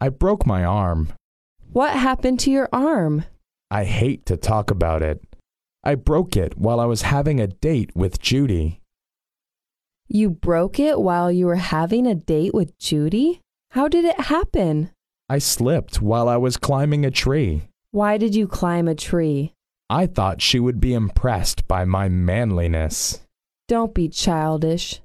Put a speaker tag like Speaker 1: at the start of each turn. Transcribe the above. Speaker 1: I broke my arm.
Speaker 2: What happened to your arm?
Speaker 1: I hate to talk about it. I broke it while I was having a date with Judy.
Speaker 2: You broke it while you were having a date with Judy? How did it happen?
Speaker 1: I slipped while I was climbing a tree.
Speaker 2: Why did you climb a tree?
Speaker 1: I thought she would be impressed by my manliness.
Speaker 2: Don't be childish.